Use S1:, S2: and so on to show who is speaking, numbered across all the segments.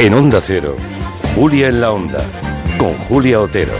S1: En Onda Cero, Julia en la Onda, con Julia Otero.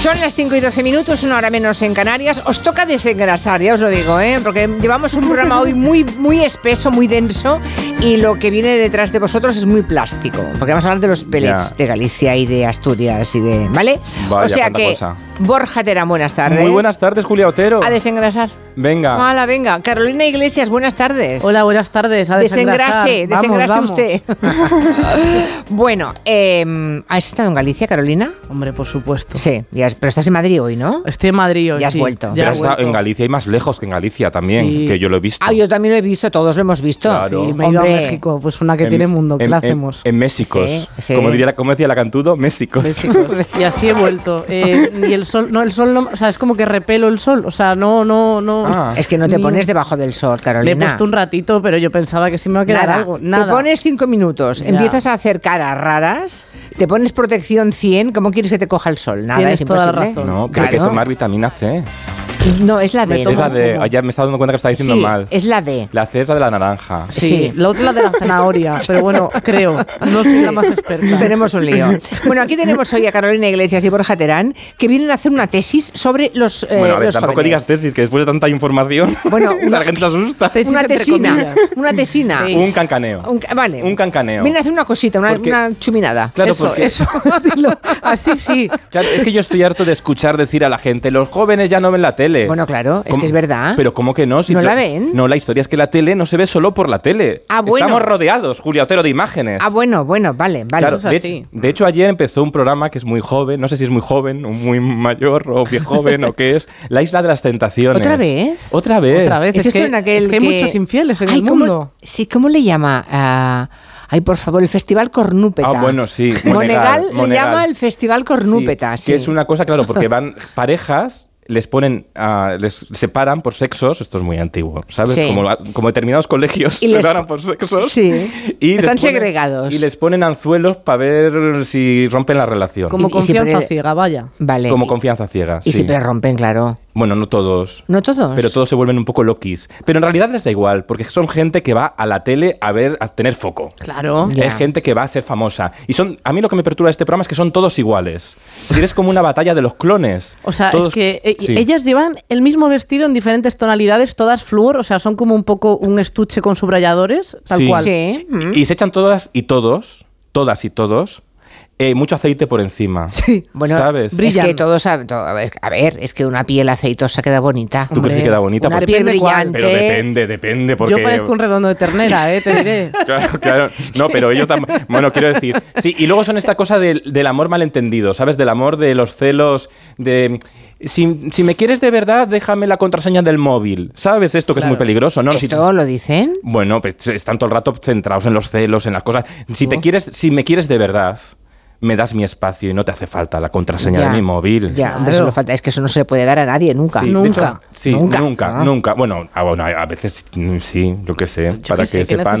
S2: Son las 5 y 12 minutos, una hora menos en Canarias. Os toca desengrasar, ya os lo digo, ¿eh? porque llevamos un programa hoy muy, muy espeso, muy denso, y lo que viene detrás de vosotros es muy plástico. Porque vamos a hablar de los pellets
S3: Ya.
S2: de Galicia y de Asturias y de. ¿Vale? o
S3: Vaya,
S2: sea
S3: cuánta
S2: que.
S3: cosa.
S2: Borja Terán, buenas tardes.
S3: Muy buenas tardes, Ah. Julia Otero.
S2: A desengrasar.
S3: Venga.
S2: Hola, venga. Carolina Iglesias, buenas tardes.
S4: Hola, buenas tardes. A desengrasar.
S2: Desengrase,
S4: Vamos,
S2: desengrase
S4: vamos.
S2: usted. bueno, eh, ¿has estado en Galicia, Carolina?
S4: Hombre, por supuesto.
S2: Sí, ya, pero estás en Madrid hoy, ¿no?
S4: Estoy en Madrid hoy.
S2: Ya has
S4: sí.
S2: vuelto.
S4: Ya
S3: Pero
S4: he
S3: está
S4: vuelto.
S3: en Galicia hay más lejos que en Galicia también,
S4: Sí.
S3: que yo lo he visto.
S2: Ah, yo también lo he visto, todos lo hemos visto.
S3: Claro.
S4: Sí, me he ido a
S2: Hombre,
S4: México, pues una que
S3: En-
S4: tiene mundo, ¿qué
S3: en-
S4: la
S3: en-
S4: hacemos?
S3: En, México.
S2: Sí, sí.
S3: Como diría la comedia la cantudo, México.
S4: México. y así he vuelto. Eh, y el sol, no, el sol no, o sea, es como que repelo el sol, o sea, no, no, no.
S3: Ah.
S2: Es que no te
S4: Ni-
S2: pones debajo del sol,
S4: Le
S2: Carolina.
S4: he puesto un ratito, pero yo pensaba que sí me iba a quedar
S2: Nada,
S4: algo. Nada.
S2: Te pones cinco minutos,
S4: Ya.
S2: empiezas a hacer caras raras, te pones protección 100, ¿cómo quieres que te coja el sol? Nada,
S4: Tienes
S2: es
S4: toda la
S2: imposible.
S4: razón.
S3: No, pero hay que
S2: Claro.
S3: tomar vitamina C.
S2: No, es la D.
S4: Tomo
S3: Es la de.
S4: zumo.
S3: Ayer me estaba dando cuenta que estaba diciendo
S2: Sí,
S3: mal.
S2: es la D.
S3: La C es la de la naranja.
S4: Sí,
S2: sí.
S4: la otra la de la zanahoria, pero bueno, creo. No soy la más experta.
S2: Tenemos un lío. Bueno, aquí tenemos hoy a Carolina Iglesias y Borja Terán, que vienen a hacer una tesis sobre los, eh,
S3: Bueno, a ver,
S2: los
S3: tampoco
S2: jóvenes.
S3: digas tesis, que después de tanta información.
S2: Bueno, una-
S3: la gente se asusta.
S4: Tesis
S2: una
S4: entre
S2: tesina.
S4: comillas.
S2: Una tesina.
S4: Sí.
S3: Un cancaneo.
S2: Un ca- vale.
S3: Un cancaneo.
S2: Viene a hacer una cosita, una,
S3: Porque-
S2: una chuminada.
S3: Claro,
S4: eso,
S3: porque-
S4: eso, dilo. Así sí.
S3: Claro, es que yo estoy harto de escuchar decir a la gente, los jóvenes ya no ven la tele.
S2: Bueno, claro, es
S3: ¿Cómo?
S2: que es verdad.
S3: Pero ¿cómo que no? Si
S2: ¿No
S3: lo-
S2: la ven?
S3: No, la historia es que la tele no se ve solo por la tele.
S2: Ah, bueno.
S3: Estamos rodeados, Julia Otero, de imágenes.
S2: Ah, bueno, bueno, vale, vale.
S3: Claro,
S4: Eso
S3: de,
S4: es así.
S3: de hecho ayer empezó un programa que es muy joven, no sé si es muy joven, o muy mayor, o viejo joven, o qué es, La Isla de las Tentaciones.
S2: ¿Otra vez?
S3: Otra vez.
S4: Otra vez.
S2: ¿Es
S4: Es,
S2: esto
S4: que,
S2: en aquel
S4: es que hay muchos infieles en
S2: Ay,
S4: el
S2: ¿cómo-
S4: mundo.
S2: Sí, ¿cómo le llama? Ah, Ay, por favor, el Festival Cornúpeta.
S3: Ah, bueno, sí,
S2: Monegal,
S3: Monegal,
S2: le
S3: Monegal.
S2: llama el Festival Cornúpeta, sí.
S3: Que es una cosa, claro, porque van parejas, les ponen, ah, les separan por sexos, esto es muy antiguo, ¿sabes?
S2: Sí.
S3: Como, como determinados colegios
S2: Y
S3: se
S2: les-
S3: separan por sexos.
S2: Sí.
S3: Y les
S2: Están
S3: ponen-
S2: segregados.
S3: Y les ponen anzuelos para ver si rompen la relación.
S4: Como
S2: Y- y si
S4: confianza
S2: pre-
S4: ciega, vaya.
S2: Vale.
S3: Como
S2: y-
S3: confianza ciega.
S2: Y
S3: sí.
S2: siempre rompen, claro.
S3: Bueno, no todos.
S2: ¿No todos?
S3: Pero todos se vuelven un poco loquis. Pero en realidad les da igual, porque son gente que va a la tele a ver, a tener foco.
S4: Claro.
S2: Ya.
S3: Es gente que va a ser famosa. Y son, a mí lo que me perturba de este programa es que son todos iguales. Es decir, es como una batalla de los clones.
S4: O sea,
S3: Todos-
S4: es que e-
S3: Sí.
S4: ellas llevan el mismo vestido en diferentes tonalidades, todas flúor, o sea, son como un poco un estuche con subrayadores, tal
S3: Sí.
S4: cual.
S2: Sí. mm.
S3: Y se echan todas y todos, todas y todos, eh, mucho aceite por encima.
S4: Sí.
S2: Bueno, es
S3: ¿Sabes?
S2: que
S4: Brillan.
S2: todos sab- to- a ver, a ver, es que una piel aceitosa queda bonita.
S3: ¿Tú crees que
S4: Hombre,
S3: queda bonita?
S2: una
S3: Porque-
S2: piel
S4: Depende cuál.
S2: brillante.
S3: Pero depende, depende, porque...
S4: Yo parezco un redondo de ternera, eh, te diré.
S3: Claro, claro. No, pero ellos también. Bueno, quiero decir. Sí, y luego son esta cosa del, del amor malentendido, ¿sabes? Del amor de los celos, de. Si, si me quieres de verdad, déjame la contraseña del móvil. ¿Sabes esto que es muy
S4: Claro.
S3: peligroso? No, si-
S2: ¿Esto lo dicen?
S3: bueno, pues están todo el rato centrados en los celos, en las cosas. Si te quieres, si me quieres de verdad, me das mi espacio y no te hace falta la contraseña
S2: Ya,
S3: de mi móvil.
S2: Ya, hombre, solo falta. Es que eso no se le puede dar a nadie nunca.
S3: Sí, de
S4: Nunca.
S3: hecho, sí,
S2: Nunca.
S3: nunca, nunca,
S2: Ah.
S3: Bueno, ah, bueno, a veces mm, sí, yo qué sé, para
S4: qué
S3: que,
S4: sé, qué
S3: sepan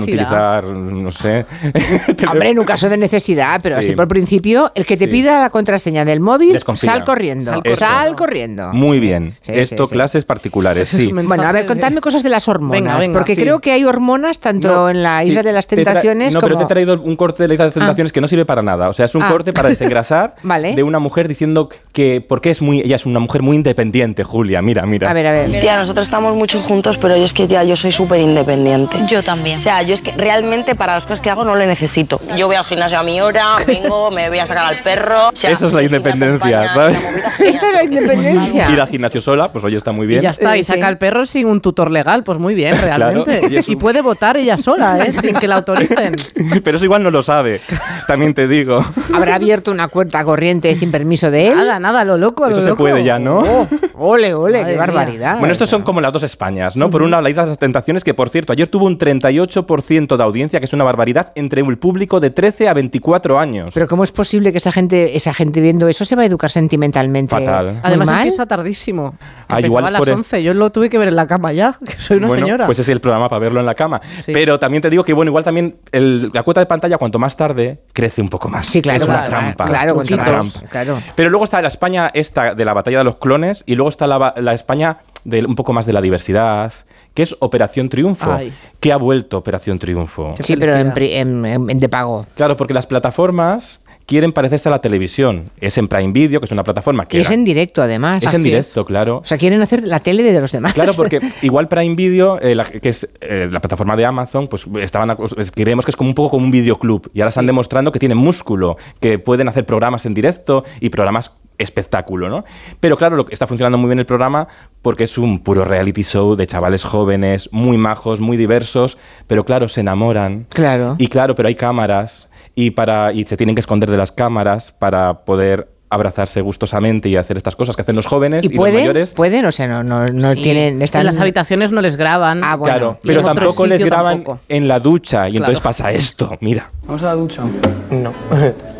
S3: utilizar,
S4: necesidad.
S3: no sé.
S2: Hombre, en un caso de necesidad, pero
S3: Sí.
S2: así por principio, el que te
S3: Sí.
S2: pida la contraseña del móvil,
S3: Desconfía.
S2: sal corriendo. Sal,
S3: Sal corriendo.
S2: corriendo.
S3: Muy bien.
S2: Sí,
S3: Esto
S2: sí, sí.
S3: clases particulares,
S4: Eso es
S3: sí.
S4: men-
S2: Bueno, a ver,
S4: Mensaje de-
S2: contadme cosas de las hormonas,
S4: Venga, venga,
S2: porque
S4: sí.
S2: creo que hay hormonas tanto
S3: No,
S2: en la
S3: sí,
S2: Isla de las
S3: te he tra-
S2: Tentaciones
S3: No,
S2: como...
S3: pero te he traído un corte de la Isla de las Tentaciones que no sirve para nada. O sea, es un
S2: Ah.
S3: corte para desengrasar
S2: Vale.
S3: de una mujer diciendo que porque es muy ella es una mujer muy independiente, Julia. Mira, mira.
S2: A ver, a ver.
S5: Tía, nosotros estamos mucho juntos, pero yo es que, tía, yo soy súper independiente.
S6: Yo también.
S5: O sea, yo es que realmente para las cosas que hago no le necesito. Yo voy al gimnasio a mi hora, vengo, me voy a sacar al perro. O sea,
S3: Eso es la
S5: él sí me
S3: independencia,
S5: acompaña,
S3: ¿sabes?
S5: la movida genial.
S2: Esta es la independencia.
S3: Ir al gimnasio sola, pues oye, está muy
S4: Y
S3: bien.
S4: ya está,
S2: Eh,
S4: y saca
S2: sí.
S4: al perro sin un tutor legal, pues muy bien,
S3: Claro,
S4: realmente.
S3: y es
S4: y
S3: un-
S4: puede votar ella sola, ¿eh? sin que la autoricen.
S3: Pero eso igual no lo sabe. También te digo.
S2: Habrá abierto una cuenta corriente sin permiso de él.
S4: Nada, nada, lo loco, a lo
S3: Eso se
S4: loco.
S3: puede ya, ¿no?
S2: Oh, ole, ole,
S4: Madre
S2: qué
S4: mía.
S2: barbaridad.
S3: Bueno, estos son como las dos Españas, ¿no? Por un lado, la Isla de las Tentaciones, que por cierto, ayer tuvo un 38% de audiencia, que es una barbaridad, entre el público de 13 a 24 años.
S2: Pero cómo es posible que esa gente, esa gente viendo eso se va a educar sentimentalmente.
S3: Fatal.
S2: Muy
S4: Además
S2: mal.
S4: empieza tardísimo.
S3: Ah,
S4: Empezaba
S3: igual es
S4: a las
S3: por el-
S4: 11, yo lo tuve que ver en la cama ya, que soy una
S3: bueno,
S4: señora.
S3: Pues es el programa para verlo en la cama.
S4: Sí.
S3: Pero también te digo que, bueno, igual también el- la cuota de pantalla, cuanto más tarde, crece un poco más.
S2: Sí, claro,
S3: Es una
S2: claro,
S3: trampa.
S2: claro,
S3: es una
S2: cuanto más,
S3: trampa.
S2: claro.
S3: Pero luego está la España esta de la batalla de los clones y luego está la, ba- la España de un poco más de la diversidad, que es Operación Triunfo,
S4: Ay.
S3: que ha vuelto Operación Triunfo.
S4: Qué
S2: Sí, pero en
S4: felicidad.
S2: pri- en- en- en de pago.
S3: Claro, porque las plataformas quieren parecerse a la televisión. Es en Prime Video, que es una plataforma que
S2: Y es
S3: era-
S2: en directo, además.
S3: es en
S4: Así es.
S3: directo, claro.
S2: O sea, quieren hacer la tele de los demás.
S3: Claro, porque igual Prime Video, eh, la- que es eh, la plataforma de Amazon, pues estaban acos- es- creemos que es como un poco como un videoclub y ahora están demostrando que tienen músculo, que pueden hacer programas en directo y programas espectáculo, ¿no? Pero claro, lo que está funcionando muy bien el programa porque es un puro reality show de chavales jóvenes, muy majos, muy diversos, pero claro, se enamoran.
S2: Claro.
S3: Y claro, pero hay cámaras y, para, y se tienen que esconder de las cámaras para poder abrazarse gustosamente y hacer estas cosas que hacen los jóvenes y,
S2: ¿Y pueden?
S3: los mayores.
S2: ¿Pueden? O sea, no, no, no
S4: Sí.
S2: tienen... Están...
S4: En las habitaciones no les graban.
S2: Ah, bueno.
S3: claro,
S4: y
S3: pero
S4: en otro
S3: tampoco les
S4: sitio
S3: graban
S4: tampoco.
S3: en la ducha y entonces
S4: Claro.
S3: pasa esto, mira.
S6: Vamos a la ducha.
S7: No.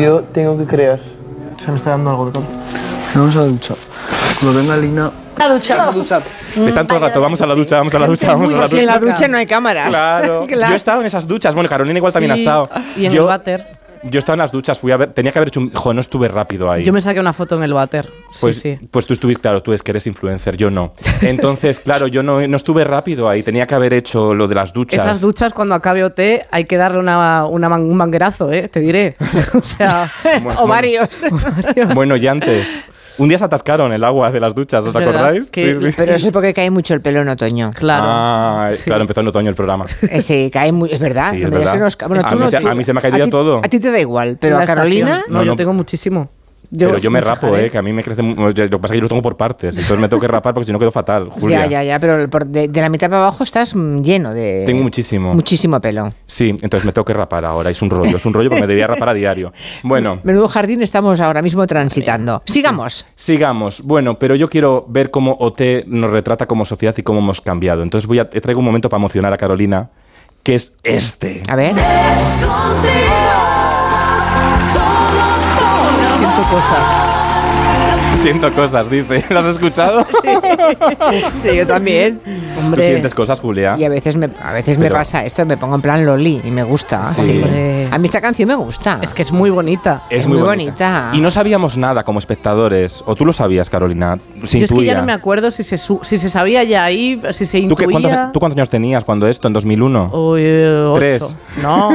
S7: Yo tengo que creer. Se me está dando algo de tonto.
S6: Vamos a la ducha. Cuando venga Lina...
S8: La ducha.
S6: ducha.
S4: Mm,
S3: Están todo el rato, vamos a la ducha, vamos a la ducha, vamos a la
S2: Porque en
S3: ducha.
S2: la ducha no hay cámaras.
S3: Claro. Yo he estado en esas duchas, bueno, Carolina igual también ha
S4: Sí,
S3: estado.
S4: y en
S3: yo,
S4: el váter.
S3: Yo he estado en las duchas, fui a ver, tenía que haber hecho un... Jo, no estuve rápido ahí.
S4: Yo me saqué una foto en el váter. Sí,
S3: Pues,
S4: sí.
S3: pues tú estuviste, claro, tú es que eres influencer, yo no. Entonces, claro, yo no, no estuve rápido ahí, tenía que haber hecho lo de las duchas.
S4: Esas duchas cuando acabe OT hay que darle una, una man- un manguerazo, ¿eh? Te diré. o sea,
S3: Bueno,
S2: O varios.
S3: Bueno, y antes. Un día se atascaron el agua de las duchas, ¿os
S4: Es verdad,
S3: acordáis?
S4: que-
S2: Pero eso es porque cae mucho el pelo en otoño.
S4: claro.
S3: Ah,
S4: Sí.
S3: claro, empezó en otoño el programa.
S2: Eh, Sí, cae muy, es verdad.
S3: Sí,
S2: no
S3: es
S2: me digas
S3: verdad.
S2: que nos ca- bueno,
S3: A
S2: tú
S3: mí
S2: no,
S3: se-
S2: tú-
S3: a mí se me ha caído
S2: ti-
S3: todo.
S2: A ti te da igual, pero
S4: La
S2: a Carolina...
S4: estación. No,
S3: No,
S4: yo
S3: no.
S4: tengo muchísimo.
S3: pero yo me rapo,
S4: fijaré.
S3: eh, que a mí me crece. mu- Lo que pasa es que yo lo tengo por partes, entonces me tengo que rapar porque si no quedo fatal, Julia.
S2: Ya, ya, ya, pero por- de, de la mitad para abajo estás mm, lleno de...
S3: Tengo muchísimo.
S2: Muchísimo pelo.
S3: Sí, entonces me tengo que rapar ahora. Es un rollo, es un rollo porque me debía rapar a diario. Bueno,
S2: Menudo jardín estamos ahora mismo transitando. Sigamos.
S3: sigamos. Bueno, pero yo quiero ver cómo OT nos retrata como sociedad y cómo hemos cambiado. Entonces voy a, traigo un momento para emocionar a Carolina, que es este.
S2: A ver.
S4: Siento cosas.
S3: Siento cosas, dice. ¿Lo has escuchado?
S2: Sí, yo también.
S3: Tú
S4: Hombre.
S3: sientes cosas, Julia.
S2: Y a veces me, a veces me
S3: Pero-
S2: pasa esto, me pongo en plan Loli y me gusta.
S3: Sí.
S2: sí.
S4: Hombre.
S2: A mí esta canción me gusta.
S4: Es que es muy bonita.
S3: Es,
S2: Es
S3: muy,
S2: muy bonita.
S3: Y no sabíamos nada como espectadores. O tú lo sabías, Carolina. Se
S4: Yo es que ya
S3: intuía.
S4: no me acuerdo si se, su- si se sabía ya ahí, si se
S3: ¿Tú, qué- cuántos,
S4: intuía.
S3: tú cuántos años tenías cuando esto, en 2001?
S4: Uy, eh, ocho.
S3: Tres.
S4: No.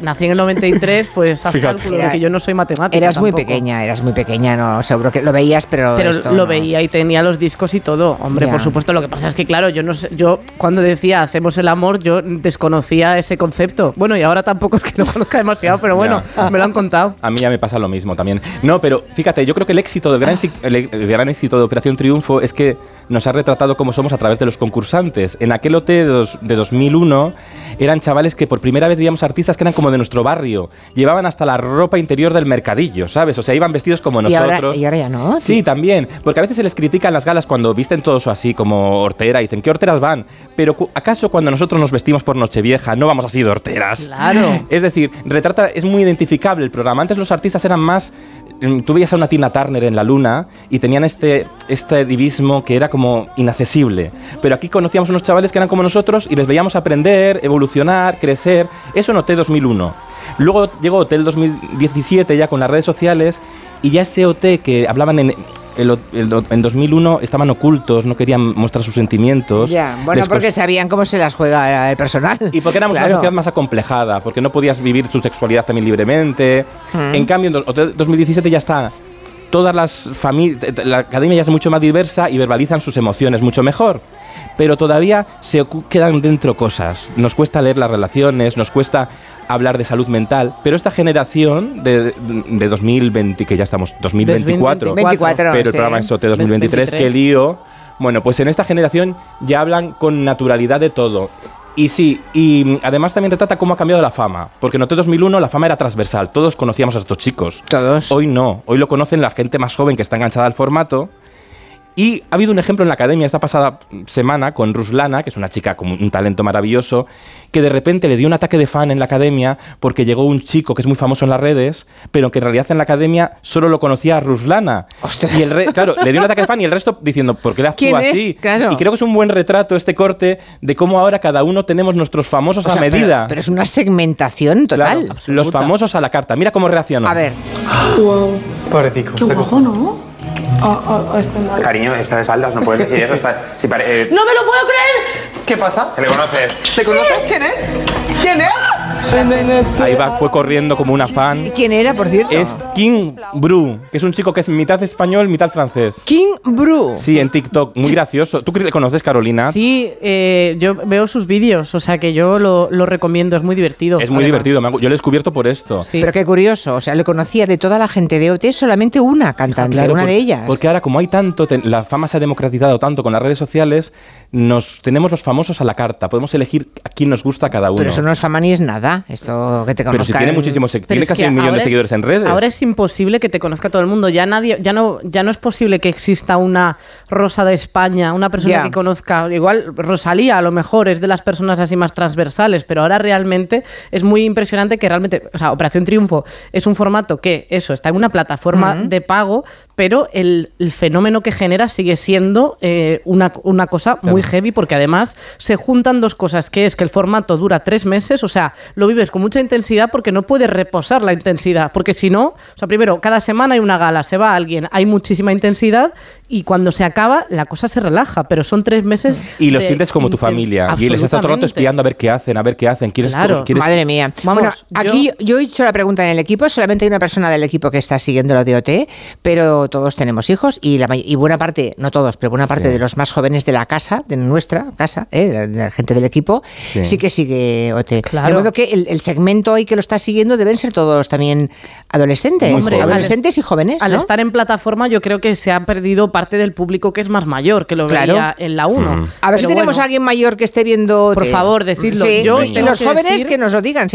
S4: Nací en el 93, pues haz
S3: Fíjate.
S4: cálculo de que yo no soy matemática.
S2: eras muy
S4: tampoco.
S2: pequeña, eras muy pequeña, no, seguro que lo veías, pero.
S4: Pero
S2: esto
S4: lo
S2: no.
S4: veía y tenía los discos y todo. Hombre,
S2: Ya.
S4: por supuesto, lo que pasa es que, claro, yo no sé, yo cuando decía hacemos el amor, yo desconocía ese concepto. Bueno, y ahora tampoco es que lo conozca demasiado, pero bueno, me lo han contado.
S3: A mí ya me pasa lo mismo también. No, pero fíjate, yo creo que el éxito del gran, si- el, el gran éxito de Operación Triunfo es que nos ha retratado como somos a través de los concursantes. En aquel OT de, dos- de 2001 eran chavales que por primera vez veíamos artistas que eran como de nuestro barrio. Llevaban hasta la ropa interior del mercadillo, ¿sabes? O sea, iban vestidos como
S2: Y ahora-
S3: nosotros.
S2: y ahora ya no,
S3: Sí, también. Porque a veces se les critica en las galas cuando visten todos así como hortera. Dicen, ¿qué horteras van? Pero cu- ¿acaso cuando nosotros nos vestimos por Nochevieja no vamos así de horteras?
S4: Claro.
S3: Es decir, retrata, es muy identificable el programa. Antes los artistas eran más. mm, Tú veías a una Tina Turner en la luna y tenían este, este divismo que era como inaccesible. Pero aquí conocíamos unos chavales que eran como nosotros y les veíamos aprender, evolucionar, crecer. Eso en OT 2001. Luego llegó Hotel 2017 ya con las redes sociales y ya ese OT que hablaban en. el o- el do- en 2001 estaban ocultos, no querían mostrar sus sentimientos.
S2: Ya, bueno,
S3: Les
S2: porque
S3: cost-
S2: sabían cómo se las juega el personal.
S3: y porque éramos
S2: Claro.
S3: una sociedad más acomplejada, porque no podías vivir tu sexualidad también libremente. En cambio, en do- Hotel 2017 ya está. Todas las familias. La academia ya es mucho más diversa y verbalizan sus emociones mucho mejor. Pero todavía se ocu- quedan dentro cosas. Nos cuesta leer las relaciones, nos cuesta hablar de salud mental. Pero esta generación de, de 2020, que ya estamos, 2024.
S2: 24,
S3: Pero el
S2: sí.
S3: programa es OT 2023,
S4: 23.
S3: qué lío. Bueno, pues en esta generación ya hablan con naturalidad de todo. Y sí, y mm, además también retrata cómo ha cambiado la fama. Porque en OT 2001 la fama era transversal, todos conocíamos a estos chicos.
S2: Todos.
S3: Hoy no, hoy lo conocen la gente más joven que está enganchada al formato. Y ha habido un ejemplo en la academia esta pasada mm, semana con Ruslana, que es una chica con un talento maravilloso, que de repente le dio un ataque de fan en la academia porque llegó un chico que es muy famoso en las redes, pero que en realidad en la academia solo lo conocía a Ruslana.
S2: Ostras.
S3: Y el re- claro, le dio un ataque de fan y el resto diciendo, ¿por qué le actúa
S2: ¿Quién es?
S3: así?
S2: Claro.
S3: Y creo que es un buen retrato este corte de cómo ahora cada uno tenemos nuestros famosos
S2: O sea,
S3: a
S2: pero-
S3: medida.
S2: Pero, es una segmentación
S3: Claro,
S2: total.
S3: los famosos a la carta. Mira cómo reaccionó.
S2: A ver,
S7: Pobrecito.
S8: Qué guapo, ¿no? o, o- o estoy mal.
S9: Cariño, está de espaldas, no puedes decir eso. Está, si pare- eh,
S5: ¡No me lo puedo creer!
S7: ¿Qué pasa?
S9: ¿Te le conoces?
S7: ¿Te conoces? ¿Quién es? ¿Quién es?
S3: Ahí va, fue corriendo como una fan.
S2: ¿Quién era, por cierto?
S3: Es King Bru, que es un chico que es mitad español, mitad francés.
S2: King Bru.
S3: Sí, en TikTok, muy gracioso. ¿Tú le conoces, Carolina?
S4: Sí, eh, yo veo sus vídeos, o sea que yo lo, lo recomiendo, es muy divertido.
S3: Es muy
S4: además.
S3: divertido, me ha gu- yo lo he descubierto por esto.
S4: Sí.
S2: Pero qué curioso, o sea, le conocía de toda la gente de OT solamente una cantante, una
S3: Ah, por-
S2: de ellas.
S3: Porque ahora, como hay tanto, ten- la fama se ha democratizado tanto con las redes sociales, nos tenemos los famosos a la carta. Podemos elegir a quién nos gusta cada uno.
S2: Pero eso no es fama ni es nada, eso que te conozcan.
S3: Pero si tiene muchísimos, segu-
S4: Pero
S3: tiene
S4: es
S3: casi
S4: que
S3: un millón
S4: ahora
S3: de
S4: es-
S3: seguidores en redes.
S4: Ahora es imposible que te conozca todo el mundo. Ya nadie, ya no, ya no es posible que exista una Rosa de España, una persona
S2: Ya.
S4: que conozca. Igual Rosalía a lo mejor es de las personas así más transversales, pero ahora realmente es muy impresionante que realmente, o sea, Operación Triunfo es un formato que eso está en una plataforma de pago, pero el, el fenómeno que genera sigue siendo eh, una, una cosa muy heavy porque además se juntan dos cosas, que es que el formato dura tres meses, o sea, lo vives con mucha intensidad porque no puedes reposar la intensidad, porque si no, o sea, primero, cada semana hay una gala, se va alguien, hay muchísima intensidad y cuando se acaba la cosa se relaja, pero son tres meses.
S3: y lo
S4: de
S3: sientes como tu
S4: inten-
S3: familia. Y les estás todo el rato
S4: Absolutamente.
S3: espiando a ver qué hacen, a ver qué hacen. ¿Quieres,
S4: Claro.
S3: quieres-
S2: Madre mía.
S4: Vamos,
S2: bueno, aquí yo... he hecho la pregunta en el equipo, solamente hay una persona del equipo que está siguiendo lo de OT, pero todos tenemos hijos y, la may- y buena parte, no todos, pero buena parte de los más jóvenes de la casa, de nuestra casa, eh, de, la, de la gente del equipo, sí, que sigue OT. De
S4: Claro.
S2: modo que el, el segmento hoy que lo está siguiendo deben ser todos también adolescentes,
S3: Muy jóvenes.
S2: adolescentes y jóvenes.
S4: Al
S2: ¿no?
S4: estar en plataforma, yo creo que se ha perdido parte del público que es más mayor, que lo
S2: Claro.
S4: veía en la 1.
S3: Mm.
S2: A ver si tenemos a alguien mayor que esté viendo.
S4: Por
S2: te-
S4: favor, decidlo.
S2: Sí,
S4: Yo
S2: y
S4: tengo
S2: los
S4: que
S2: jóvenes
S4: decir-
S2: que nos lo digan.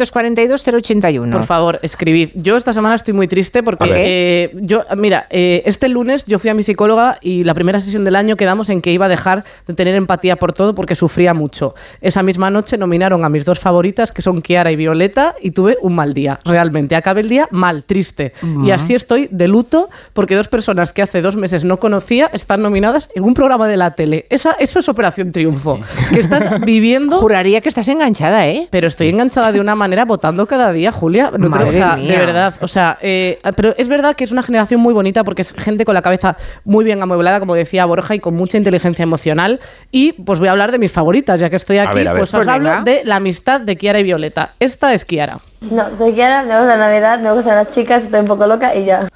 S2: 638-442-081.
S4: Por favor, escribid. Yo esta semana estoy muy triste porque
S2: ¿Por
S4: eh, yo, mira, eh, este lunes yo fui a mi psicóloga y la primera sesión del año quedamos en que iba a dejar de tener empatía por todo porque sufría mucho. Esa misma noche nominaron a mis dos favoritas, que son Kiara y Violeta, y tuve un mal día. Realmente, acabé el día mal, triste. Y así estoy de luto porque dos personas que hace dos meses no conocía están nominadas en un programa de la tele. Esa, eso es Operación Triunfo. Que estás viviendo
S2: Juraría que estás enganchada, ¿eh?
S4: pero estoy enganchada de una manera votando cada día, Julia. No te lo-
S2: Madre
S4: o sea,
S2: mía.
S4: de verdad. O sea, eh, pero es verdad que es una generación muy bonita porque es gente con la cabeza muy bien amueblada, como decía Borja, y con mucha inteligencia emocional. Y pues voy a hablar de mis favoritas, ya que estoy aquí.
S3: ver, a ver.
S4: Pues os
S2: Pues venga.
S4: hablo de la amistad de Kiara y Violeta. Esta es Kiara.
S8: No, soy Kiara, me gusta la Navidad, me gustan las chicas, estoy un poco loca y ya.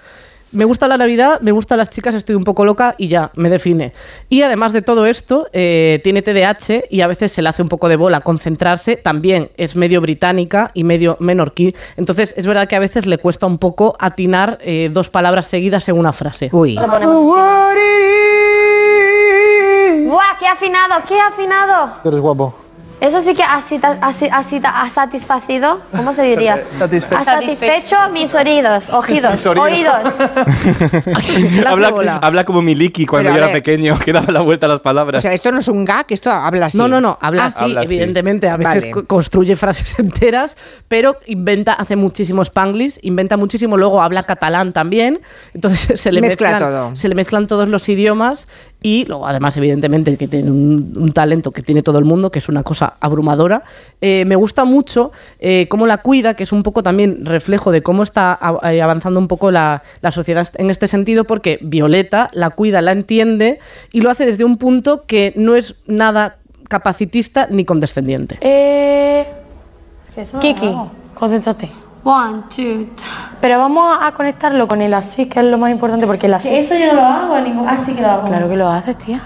S4: Me gusta la Navidad, me gustan las chicas, estoy un poco loca y ya, me define. Y además de todo esto, eh, tiene TDAH y a veces se le hace un poco de bola concentrarse. También es medio británica y medio menorquí. Entonces, es verdad que a veces le cuesta un poco atinar eh, dos palabras seguidas en una frase.
S2: Uy.
S8: ¡Buah, qué afinado, qué afinado!
S7: Eres guapo.
S8: Eso sí que así, así, así, ha satisfacido, ¿cómo se diría?
S7: Satisfe-
S8: Ha satisfecho mis oídos, ojidos, oídos.
S4: la
S3: habla,
S4: cebola.
S3: habla como Miliki cuando
S2: Pero, a
S3: yo era
S2: ver.
S3: pequeño, que daba la vuelta a las
S2: O
S3: palabras.
S2: sea, esto no es un gag, esto habla así.
S4: No, no, no, habla
S2: Ah,
S4: así,
S3: habla así.
S4: evidentemente. A veces
S2: Vale.
S4: co- construye frases enteras, pero inventa, hace muchísimo spanglish, inventa muchísimo, luego habla catalán también. Entonces se le,
S2: Mezcla
S4: mezclan,
S2: todo.
S4: se le mezclan todos los idiomas y luego, además, evidentemente, que tiene un, un talento que tiene todo el mundo, que es una cosa abrumadora. Eh, me gusta mucho eh, cómo la cuida, que es un poco también reflejo de cómo está a- eh, avanzando un poco la, la sociedad en este sentido, porque Violeta la cuida, la entiende y lo hace desde un punto que no es nada capacitista ni condescendiente.
S8: Eh, Kiki, concéntrate. One, two, Pero vamos a conectarlo con el así, que es lo más importante, porque el así... eso yo no lo hago, ningún... así que lo hago. Claro que lo haces, tía.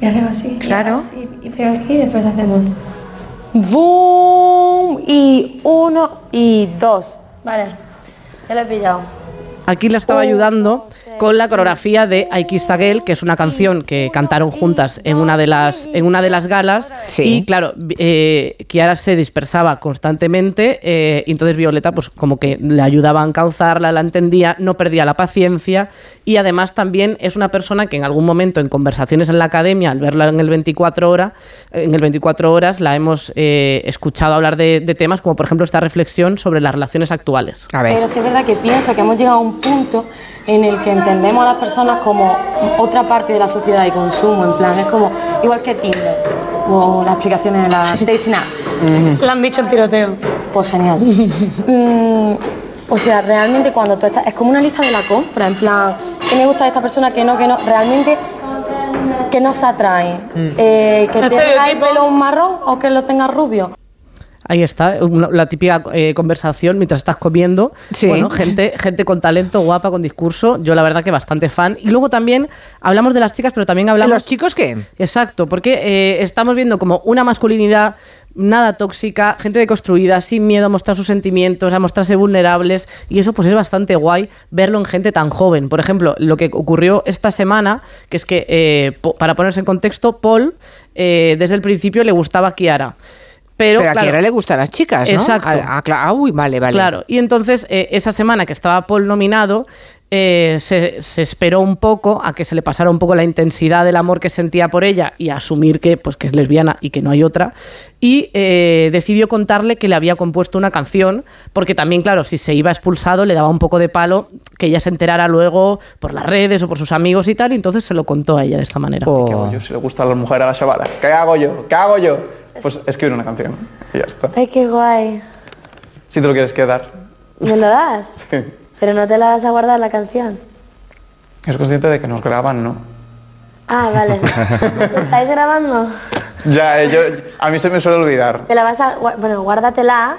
S8: Y hacemos así. Claro. Y, pegamos aquí y después hacemos... Boom, y uno, y dos. Vale, ya lo he pillado.
S4: Aquí la estaba ayudando con la coreografía de I Kissed a Girl, que es una canción que cantaron juntas en una de las, en una de las galas.
S2: Sí.
S4: Y claro, vi- eh, Kiara se dispersaba constantemente eh, y entonces Violeta pues como que le ayudaba a encauzarla, la entendía, no perdía la paciencia y además también es una persona que en algún momento en conversaciones en la academia, al verla en el 24 horas, en el 24 horas la hemos eh, escuchado hablar de, de temas como por ejemplo esta reflexión sobre las relaciones actuales.
S2: A ver.
S10: Pero sí es verdad que pienso que hemos llegado a un punto en el que entendemos a las personas como otra parte de la sociedad de consumo, en plan, es como igual que Tinder o las aplicaciones de las dating apps.
S5: La han dicho en tiroteo.
S10: Pues genial. Mm, o sea, realmente cuando tú estás, es como una lista de la compra, en plan, qué me gusta de esta persona, que no, que no, realmente que nos atrae. Eh, que
S8: ¿En
S10: tenga el
S8: serio,
S10: pelo marrón o que lo tenga rubio.
S4: Ahí está, una- la típica eh, conversación mientras estás comiendo.
S2: Sí.
S4: Bueno, gente, gente con talento, guapa, con discurso. Yo la verdad que bastante fan. Y luego también hablamos de las chicas, pero también hablamos...
S2: ¿Los chicos qué?
S4: Exacto, porque eh, estamos viendo como una masculinidad nada tóxica, gente deconstruida, sin miedo a mostrar sus sentimientos, a mostrarse vulnerables, y eso pues es bastante guay verlo en gente tan joven. Por ejemplo, lo que ocurrió esta semana, que es que, eh, po- para ponerse en contexto, Paul eh, desde el principio le gustaba a Kiara. Pero,
S2: Pero, a
S4: claro,
S2: Kiara le gustan las chicas, ¿no?
S4: Exacto.
S2: Ah, ah, cla- ah, uy, vale, vale.
S4: Claro, y entonces eh, esa semana que estaba Paul nominado, eh, se, se esperó un poco a que se le pasara un poco la intensidad del amor que sentía por ella y a asumir que, pues, que es lesbiana y que no hay otra. Y eh, decidió contarle que le había compuesto una canción, porque también, claro, si se iba expulsado le daba un poco de palo que ella se enterara luego por las redes o por sus amigos y tal, y entonces se lo contó a ella de esta manera.
S2: Oh.
S7: ¿Qué hago yo si le gusta a las mujeres a las chavalas? ¿Qué hago yo? ¿Qué hago yo? Pues escribir una canción y ya está.
S11: Ay, qué guay.
S7: Si te lo quieres quedar.
S11: ¿Me lo das?
S7: Sí.
S11: Pero no te la vas a guardar la canción.
S7: Es consciente de que nos graban, ¿no?
S11: Ah, vale. ¿Estáis grabando?
S7: Ya, eh, yo- a mí se me suele olvidar.
S11: Te la vas a... gua- Bueno, guárdatela.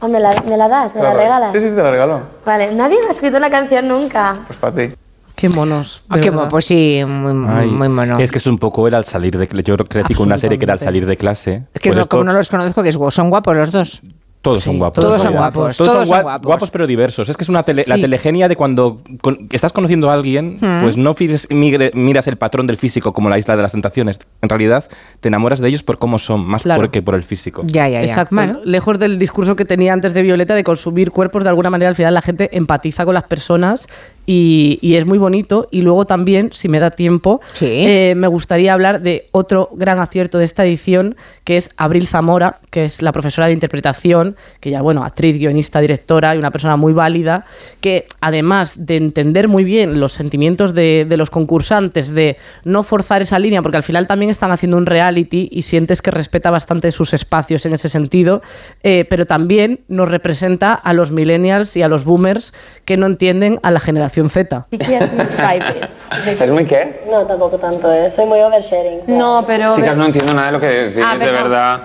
S11: O me la, me la das, me la
S7: Claro.
S11: regalas.
S7: Sí, sí, te la regalo.
S11: Vale, nadie me ha escrito una canción nunca.
S7: Pues para ti.
S4: Qué monos.
S2: Ah, qué mo- pues sí, muy, muy-
S3: Ay,
S2: muy mono.
S3: Es que es un poco era al salir de cl- Yo crecí con una serie que era al
S2: Absolutamente.
S3: salir de clase.
S2: Es que
S3: Pues
S2: no-
S3: esto-
S2: como no los conozco, que es gu- son guapos los dos.
S3: Todos son guapos.
S2: todos
S3: en
S2: son
S3: realidad.
S2: guapos,
S3: Todos,
S2: todos
S3: son
S2: son
S3: guapos.
S2: guapos.
S3: guapos pero diversos. Es que es una tele- la
S2: Sí.
S3: telegenia de cuando con- estás conociendo a alguien,
S2: Hmm.
S3: pues no fires- migre- miras el patrón del físico como la isla de las tentaciones. En realidad te enamoras de ellos por cómo son, más
S4: Claro.
S3: por que por el físico.
S4: Exacto. Lejos del discurso que tenía antes de Violeta de consumir cuerpos, de alguna manera al final la gente empatiza con las personas y, y es muy bonito. Y luego también, si me da tiempo, eh, me gustaría hablar de otro gran acierto de esta edición, que es Abril Zamora, que es la profesora de interpretación, que ya, bueno, actriz, guionista, directora y una persona muy válida, que además de entender muy bien los sentimientos de, de los concursantes, de no forzar esa línea, porque al final también están haciendo un reality y sientes que respeta bastante sus espacios en ese sentido, eh, pero también nos representa a los millennials y a los boomers que no entienden a la generación Z.
S11: Yes, me private.
S9: ¿Es muy qué?
S11: No, tampoco tanto, eh. soy muy oversharing. No, pero...
S9: Chicas, no entiendo nada de lo que decís,
S11: Ah,
S9: de
S11: perdón.
S9: verdad.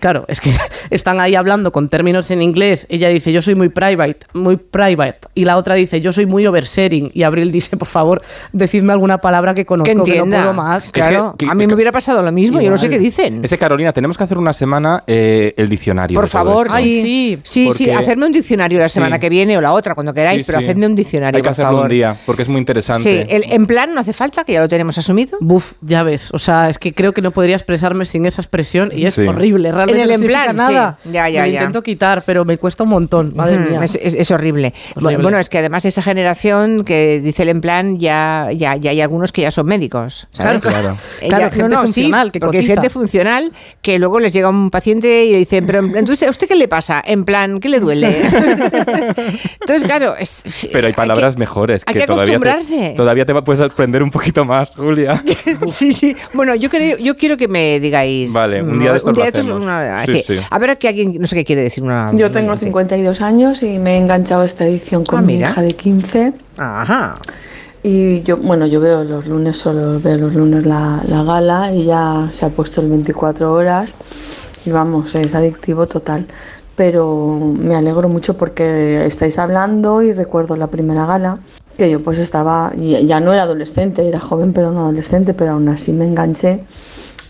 S4: Claro, es que están ahí hablando con términos en inglés. Ella dice, yo soy muy private, muy private. Y la otra dice, yo soy muy oversharing. Y Abril dice, por favor, decidme alguna palabra que conozco,
S2: Que
S4: que, no
S2: entienda.
S4: puedo más.
S3: que-
S2: Claro,
S3: que-
S2: a mí me hubiera pasado lo mismo, yo no sé qué dicen.
S3: Ese Carolina, tenemos que hacer una semana eh, el diccionario.
S2: Por
S3: de todo
S2: favor,
S3: esto.
S2: sí. Sí, sí,
S3: Porque
S2: hacedme un diccionario la
S3: Sí.
S2: semana que viene o la otra, cuando queráis,
S3: Sí,
S2: pero
S3: sí.
S2: hacedme un diccionario,
S3: Hay que
S2: por
S3: hacerlo
S2: favor.
S3: un día, porque es muy
S2: Sí,
S3: interesante.
S2: el- en plan no hace falta, que ya lo tenemos asumido.
S4: Buf, ya ves. O sea, es que creo que no podría expresarme sin esa expresión y es
S3: Sí.
S4: horrible. Realmente
S2: En el
S4: no
S2: en
S4: significa
S2: plan,
S4: nada.
S2: sí. Ya, ya,
S4: Me lo
S2: ya.
S4: intento quitar, pero me cuesta un montón. Madre
S2: Ujú,
S4: mía.
S2: Hmm, Es, es- es horrible.
S4: Horrible.
S2: Bueno, es que además esa generación que dice el en plan, ya, ya, ya hay algunos que ya son médicos. ¿sabes?
S4: Claro, claro.
S2: Eh,
S4: Claro,
S2: ya-
S4: gente
S2: no, no, sí,
S4: funcional que
S2: porque es
S4: cotiza.
S2: gente funcional que luego les llega un paciente y le dicen, pero entonces, ¿a usted qué le pasa? En plan, ¿qué le duele? entonces, claro, es,
S3: Pero hay palabras mejores
S2: hay
S3: que,
S2: que
S3: todavía, te,
S2: acostumbrarse.
S3: todavía te va- puedes aprender un poquito más, Julia.
S2: sí, sí. Bueno, yo, creo, yo quiero que me digáis.
S3: Vale, un día de estos lo hacemos.
S2: una-
S3: Sí,
S2: sí.
S3: sí.
S2: A ver, que alguien, no sé qué quiere decir una.
S12: Yo tengo 52 años y me he enganchado a esta edición con
S2: Ah,
S12: mi
S2: mira.
S12: hija de 15.
S2: Ajá.
S12: Y yo, bueno, yo veo los lunes, solo veo los lunes la, la gala y ya se ha puesto el 24 horas. Y vamos, es adictivo total. Pero me alegro mucho porque estáis hablando y recuerdo la primera gala, que yo pues estaba, y ya no era adolescente, era joven pero no adolescente, pero aún así me enganché.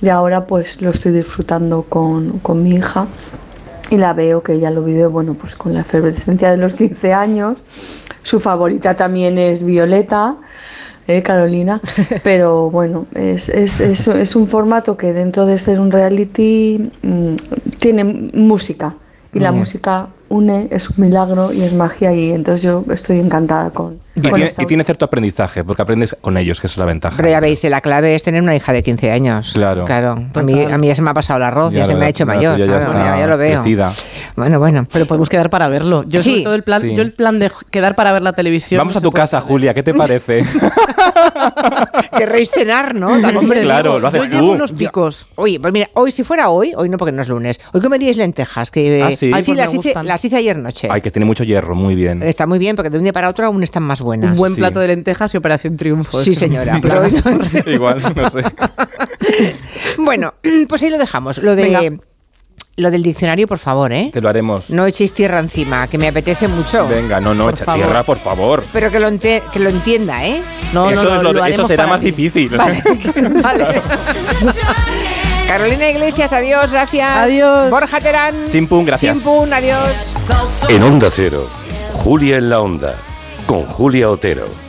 S12: Y ahora pues lo estoy disfrutando con, con mi hija y la veo que ella lo vive, bueno, pues con la efervescencia de los 15 años. Su favorita también es Violeta, ¿eh, Carolina, pero bueno, es, es, es- es un formato que dentro de ser un reality mm, tiene música y
S3: Ya.
S12: la música une, es un milagro y es magia y entonces yo estoy encantada con...
S3: Y,
S12: con
S3: tiene,
S12: esta
S3: y tiene cierto aprendizaje, porque aprendes con ellos, que es la ventaja.
S2: Pero ya veis, la clave es tener una hija de 15 años.
S3: Claro.
S2: Claro. A mí, a mí ya se me ha pasado el arroz, ya,
S3: Ya
S2: se
S3: la-
S2: me ha hecho
S3: la
S2: mayor.
S3: tuya ya
S2: claro,
S3: está
S2: ya, ya lo veo.
S3: crecida.
S2: Bueno, bueno.
S4: Pero podemos quedar para verlo. Yo
S2: Sí.
S4: sobre todo el plan,
S3: Sí.
S4: yo el plan de quedar para ver la televisión.
S3: Vamos
S4: no
S3: a
S4: sé
S3: tu
S4: por-
S3: casa, Julia, ¿qué te parece?
S2: Querréis cenar, ¿no? También
S4: Hombre,
S3: Claro,
S4: yo-
S3: lo haces
S4: yo llevo
S3: tú.
S4: unos picos.
S2: Oye, pues mira, hoy si fuera hoy, hoy no porque no es lunes, hoy comeríais lentejas, que
S3: Ah, sí. Ay, pues me
S2: las, hice,
S3: gustan.
S2: las hice ayer noche.
S3: Ay, que tiene mucho hierro, muy bien.
S2: Eh. Está muy bien porque de un día para otro aún están más
S3: Ah,
S2: buenas.
S4: Un buen
S2: Sí.
S4: plato de lentejas y Operación Triunfo.
S2: Sí, señora.
S3: Igual, no sé.
S2: Bueno, pues ahí lo dejamos. Lo de
S4: Venga.
S2: lo del diccionario, por favor, ¿eh?
S3: Te lo haremos.
S2: No echéis tierra encima, que me apetece mucho.
S3: Venga, no, no,
S2: Por
S3: echa
S2: favor.
S3: tierra, por favor.
S2: Pero que lo, ente- que lo entienda, ¿eh?
S3: eso, es lo- eso será más difícil.
S2: Carolina Iglesias, adiós, gracias. Adiós. Borja Terán.
S1: Chimpún, gracias.
S2: Chimpún, adiós.
S1: En Onda Cero, Julia en la Onda, con Julia Otero.